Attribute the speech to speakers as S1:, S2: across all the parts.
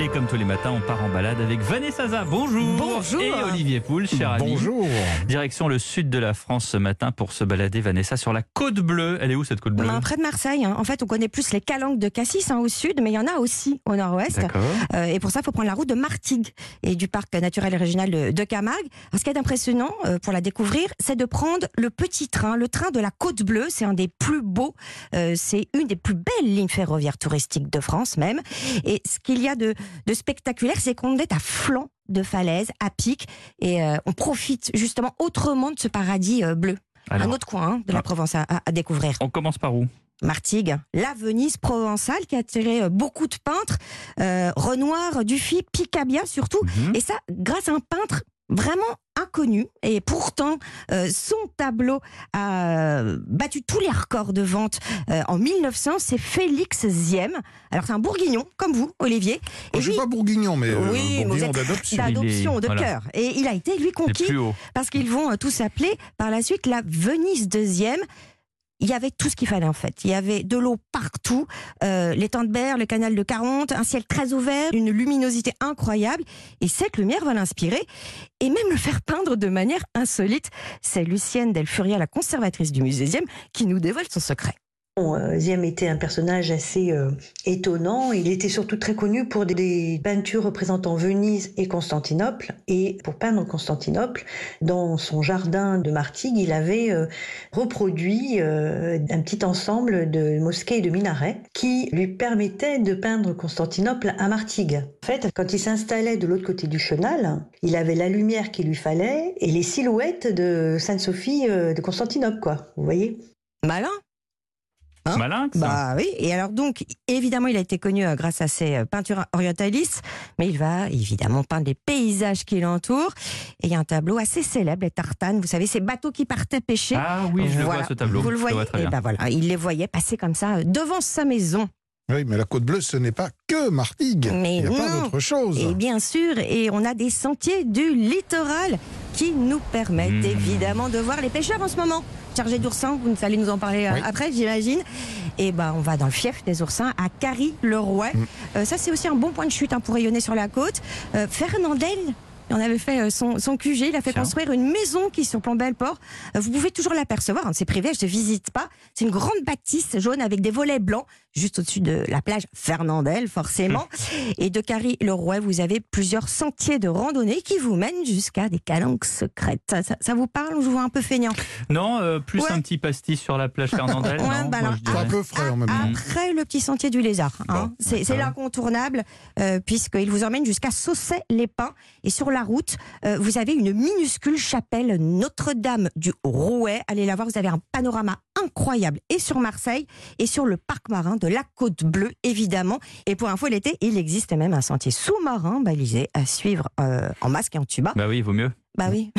S1: Et comme tous les matins, on part en balade avec Vanessa Zaza. Bonjour.
S2: Bonjour.
S1: Et Olivier Poul, cher ami.
S3: Bonjour.
S1: Direction le sud de la France ce matin pour se balader, Vanessa, sur la côte bleue. Elle est où cette côte bleue
S2: Ben, près de Marseille, hein. en fait, on connaît plus les calanques de Cassis hein, au sud, mais il y en a aussi au nord-ouest.
S1: D'accord.
S2: Euh, et pour ça, il faut prendre la route de Martigues et du parc naturel et régional de de Camargue. Alors, ce qui est impressionnant euh, pour la découvrir, c'est de prendre le petit train, le train de la Côte Bleue. C'est un des plus beaux, euh, c'est une des plus belles lignes ferroviaires touristiques de France même. Et ce qu'il y a de, de spectaculaire, c'est qu'on est à flanc de falaise, à pic, et euh, on profite justement autrement de ce paradis euh, bleu.
S1: Alors,
S2: un autre coin hein, de la
S1: Ah.
S2: Provence à- à- à découvrir.
S1: on commence par où
S2: Martigues, la Venise provençale qui a attiré euh, beaucoup de peintres, euh, Renoir, Dufy, Picabia surtout,
S1: Mhm.
S2: et ça grâce à un peintre vraiment inconnu. Et pourtant, euh, son tableau a euh, battu tous les records de vente euh, en 1900, c'est Félix Ziem. Alors c'est un bourguignon, comme vous, Olivier.
S3: Oh, Je
S2: Et
S3: suis
S2: lui,
S3: pas bourguignon, mais euh,
S2: Oui, mais vous
S3: bourguignon
S2: êtes-
S3: d'adoption.
S2: d'adoption, de
S1: Voilà.
S2: cœur. Et il a été, lui,
S1: Les
S2: conquis
S1: plus hauts.
S2: parce qu'ils vont euh, tous s'appeler par la suite la Venise deuxième. Il y avait tout ce qu'il fallait en fait. Il y avait de l'eau partout, euh, les temps de berre, le canal de Caronte, un ciel très ouvert, une luminosité incroyable. Et cette lumière va l'inspirer et même le faire peindre de manière insolite. C'est Lucienne Del Furia, la conservatrice du musée Ziem, qui nous dévoile son secret.
S4: Bon, euh, Ziem était un personnage assez euh, étonnant. Il était surtout très connu pour des, des peintures représentant Venise et Constantinople. Et pour peindre Constantinople, dans son jardin de Martigues, il avait euh, reproduit euh, un petit ensemble de mosquées et de minarets qui lui permettait de peindre Constantinople à Martigues. En fait, quand il s'installait de l'autre côté du chenal, il avait la lumière qu'il lui fallait et les silhouettes de Sainte-Sophie euh, de Constantinople, quoi. Vous voyez
S2: Malin Hein
S1: Malin ça.
S2: Bah oui, et alors donc, évidemment, il a été connu euh, grâce à ses euh, peintures orientalistes, mais il va évidemment peindre les paysages qui l'entourent. Et il y a un tableau assez célèbre, les tartanes, vous savez, ces bateaux qui partaient pêcher.
S1: Ah oui, je le
S2: Voilà.
S1: vois ce tableau.
S2: Vous le
S1: Je
S2: voyez
S1: vois très
S2: Et
S1: bien.
S2: ben voilà, il les voyait passer comme ça euh, devant sa maison.
S3: Oui, mais la Côte Bleue, ce n'est pas que Martigues.
S2: Mais
S3: Il n'y a pas
S2: non.
S3: d'autre chose.
S2: Et bien sûr, et on a des sentiers du littoral qui nous permettent
S1: Mmh.
S2: évidemment de voir les pêcheurs en ce moment. Chargés d'oursins, vous allez nous en parler euh,
S3: Oui.
S2: après, j'imagine. Et ben, on va dans le fief des oursins à Carry-le-Rouet.
S1: Mmh.
S2: Euh, ça, c'est aussi un bon point de chute hein, pour rayonner sur la côte. Euh, Fernandel. On avait fait euh, son, son QG, il a fait
S1: Tiens.
S2: construire une maison qui surplombait le port. Euh, Vous pouvez toujours l'apercevoir, hein, c'est privé, elle ne se visite pas. C'est une grande bâtisse jaune avec des volets blancs, juste au-dessus de la plage Fernandel, forcément. Et de Carry-le-Rouet, vous avez plusieurs sentiers de randonnée qui vous mènent jusqu'à des calanques secrètes. Ça, ça- ça vous parle ou je vous vois un peu feignant
S1: Non, euh, plus
S2: ben. Ouais.
S1: un petit pastis sur la plage Fernandel.
S2: Ouais,
S1: non,
S2: bah
S1: moi,
S2: alors,
S1: je
S3: C'est un
S1: dirais.
S3: peu frais en même temps.
S2: Après le petit sentier du lézard, hein.
S3: Ah Bon,
S2: c'est c'est
S1: d'accord.
S2: l'incontournable euh, puisqu'il vous emmène jusqu'à Saucey-les-Pins et sur la route euh, vous avez une minuscule chapelle Notre-Dame du Rouet. Allez la voir, vous avez un panorama incroyable et sur Marseille et sur le parc marin de la Côte Bleue évidemment. Et pour info l'été, il existe même un sentier sous-marin balisé à suivre euh, en masque et en tuba.
S1: Bah oui, vaut mieux.
S2: Bah oui,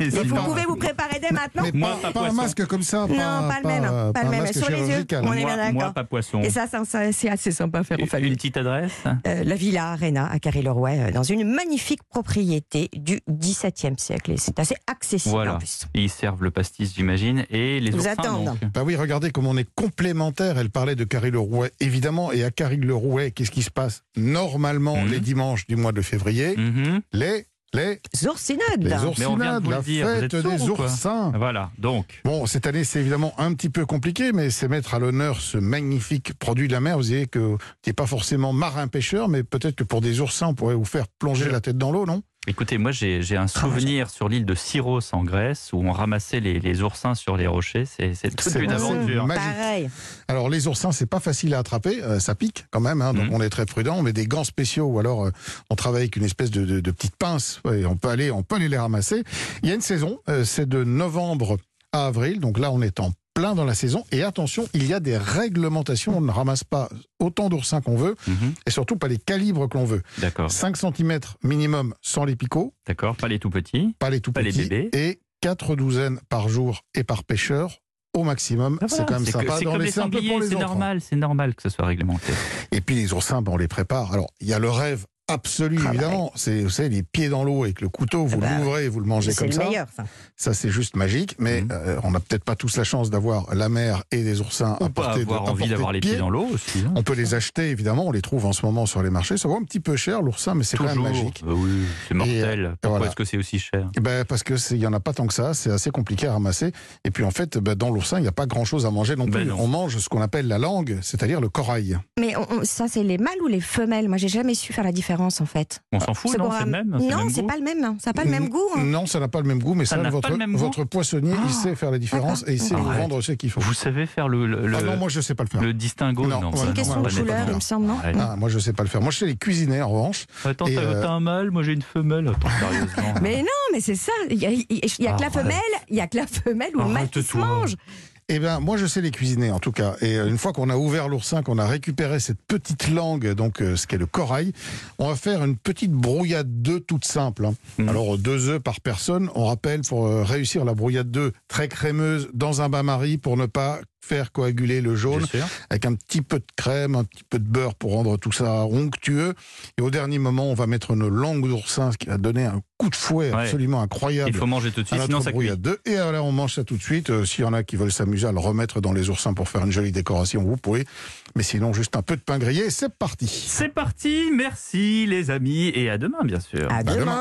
S2: Et vous
S1: Sinon,
S2: pouvez vous préparer dès maintenant.
S3: euh, Mais
S1: Moi,
S3: pas,
S1: pas
S3: pas un
S1: poisson.
S3: masque comme ça.
S2: Non,
S3: pas,
S2: pas le même, hein.
S3: euh,
S2: pas le
S3: un
S2: même.
S3: masque
S2: Sur les yeux,
S3: chirurgical. hein.
S2: on est bien
S1: moi,
S2: d'accord.
S1: moi, pas poisson. Euh,
S2: Et ça, ça, ça, c'est assez sympa à faire en famille.
S1: Une petite adresse
S2: Euh, la Villa Arena à Carry-le-Rouet, euh, dans une magnifique propriété du XVIIe siècle. Et c'est assez accessible
S1: Voilà.
S2: en plus.
S1: Et Ils servent le pastis, j'imagine, et les
S2: Ils vous
S1: oursins,
S2: attendent.
S1: donc.
S3: Bah oui, regardez comme on est complémentaires. Elle parlait de Carrie-le-Rouet, évidemment. Et à Carrie-le-Rouet, qu'est-ce qui se passe Normalement,
S2: Mmh.
S1: Mhm.
S3: les dimanches du mois de février,
S1: Mhm.
S3: les, les,
S2: Zourcinade
S3: les
S1: Mais on vient de
S3: oursinades,
S1: vous
S3: la
S1: le dire. Vous
S3: fête
S1: êtes sourd
S3: des
S1: ou quoi
S3: oursins.
S1: Voilà, donc.
S3: Bon, cette année, c'est évidemment un petit peu compliqué, mais c'est mettre à l'honneur ce magnifique produit de la mer. Vous disiez que t'es pas forcément marin-pêcheur, mais peut-être que pour des oursins, on pourrait vous faire plonger la tête dans l'eau, non
S1: Écoutez, Ah, moi j'ai j'ai un souvenir sur l'île de Syros en Grèce où on ramassait les, les oursins sur les rochers. C'est c'est toute
S3: C'est
S1: une
S3: assez
S1: aventure.
S3: magique.
S2: Pareil.
S3: Alors, les oursins, c'est pas facile à attraper. euh, ça pique quand même, hein, donc
S1: Mhm.
S3: on est très prudent. On met des gants spéciaux ou alors euh, on travaille avec une espèce de, de- de petite pince. Ouais, on, peut aller, on peut aller les ramasser. Il y a une saison, euh, c'est de novembre à avril. Donc là, on est en plein dans la saison. Et attention, il y a des réglementations. On ne ramasse pas autant d'oursins qu'on veut.
S1: Mhm.
S3: et surtout pas les calibres que l'on veut.
S1: D'accord,
S3: 5 cm minimum sans les picots,
S1: d'accord. Pas les tout petits.
S3: pas les tout
S1: Pas les
S3: petits,
S1: bébés.
S3: et 4 douzaines par jour et par pêcheur au maximum.
S1: Ah,
S3: c'est
S1: voilà.
S3: quand même
S1: que-
S3: sympa
S1: C'est
S3: d'en
S1: comme les
S3: laisser un peu pour
S1: sangliers,
S3: les
S1: c'est
S3: autres. hein.
S1: normal, c'est normal que ce soit réglementé.
S3: Et puis les oursins, ben, on les prépare. Alors, il y a le rêve absolue,
S2: Ah bah
S3: évidemment. C'est, vous savez, les pieds dans l'eau avec le couteau, vous
S2: Ah bah
S3: l'ouvrez et vous le mangez
S2: C'est
S3: comme
S2: le
S3: ça.
S2: meilleur. enfin.
S3: Ça, c'est juste magique.
S1: Mmh.
S3: Mais euh, on n'a peut-être pas tous la chance d'avoir la mer et des oursins
S1: Ou
S3: à
S1: pas
S3: portée de,
S1: avoir
S3: à
S1: envie
S3: portée
S1: d'avoir
S3: de
S1: les
S3: pied.
S1: pieds dans l'eau aussi. hein.
S3: On peut les acheter, évidemment. On les trouve en ce moment sur les marchés. Ça vaut un petit peu cher, l'oursin, mais c'est quand même
S1: Toujours.
S3: magique. euh,
S1: Bah oui, c'est mortel. Pourquoi
S3: voilà.
S1: est-ce que c'est aussi cher
S3: Eh Ben, parce que c'est- il y en a pas tant que ça, c'est assez compliqué à ramasser. Et puis en fait, ben, dans l'oursin, il n'y a pas grand chose à manger non
S1: Ben
S3: plus.
S1: non.
S3: On mange ce qu'on appelle la langue, c'est-à-dire le corail.
S2: Mais on- on- ça, c'est les mâles ou les femelles Moi, j'ai jamais su faire la différence, en fait.
S1: On s'en fout,
S2: C'est
S1: non
S2: pour
S1: C'est
S2: un-
S1: le même
S2: Non, c'est pas le même. Ça n'a pas le même goût. hein. Ah,
S3: Non, ça n'a pas le même goût, mais
S1: Ça
S3: ça,
S1: n'a pas
S3: votre,
S1: le même goût
S3: votre poissonnier, il sait faire la différence et il sait vous
S1: Arrête.
S3: vendre ce qu'il faut.
S1: Vous savez faire le, le,
S3: Ah non,
S1: le-
S3: moi je sais pas le faire.
S1: le distinguo Non,
S3: Non, c'est
S1: bah
S2: C'est
S3: non,
S2: une
S1: non,
S2: question
S3: on
S2: de
S3: va
S1: honnêtement,
S2: couleur, il
S1: non.
S2: me semble, non
S1: Arrête.
S3: Ah, moi je sais pas le faire. Moi je sais les cuisiner en revanche.
S1: Attends,
S3: Et,
S1: t'as
S3: euh,
S1: t'as un mâle, moi j'ai une femelle. Attends, sérieusement.
S2: Mais non, mais c'est ça. Il y a, il y
S3: Ah,
S2: a que la
S1: Arrête.
S2: femelle, il y a que la femelle ou le mâle qui se
S1: Arrête-toi.
S2: mange.
S3: Eh bien, moi, je sais les cuisiner, en tout cas. Et euh, une fois qu'on a ouvert l'oursin, qu'on a récupéré cette petite langue, donc euh, ce qu'est le corail, on va faire une petite brouillade d'œufs toute simple. hein.
S1: Mhm.
S3: Alors, euh, deux œufs par personne, on rappelle, pour euh, réussir la brouillade d'œufs très crémeuse dans un bain-marie pour ne pas faire coaguler le jaune,
S1: Bien sûr.
S3: avec un petit peu de crème, un petit peu de beurre pour rendre tout ça onctueux. Et au dernier moment, on va mettre nos langues d'oursin, ce qui va donner un coup de fouet
S1: Ouais.
S3: absolument incroyable
S1: Il faut manger tout de
S3: à
S1: suite,
S3: notre
S1: sinon ça cuit.
S3: brouillade d'œufs. Et alors, on mange ça tout de suite. Euh, S'il y en a qui veulent s'amuser à le remettre dans les oursins pour faire une jolie décoration, vous pouvez. Mais sinon, juste un peu de pain grillé et c'est parti.
S1: C'est parti, merci les amis, et à demain bien sûr.
S2: À
S3: bah, demain.
S2: Ah, demain.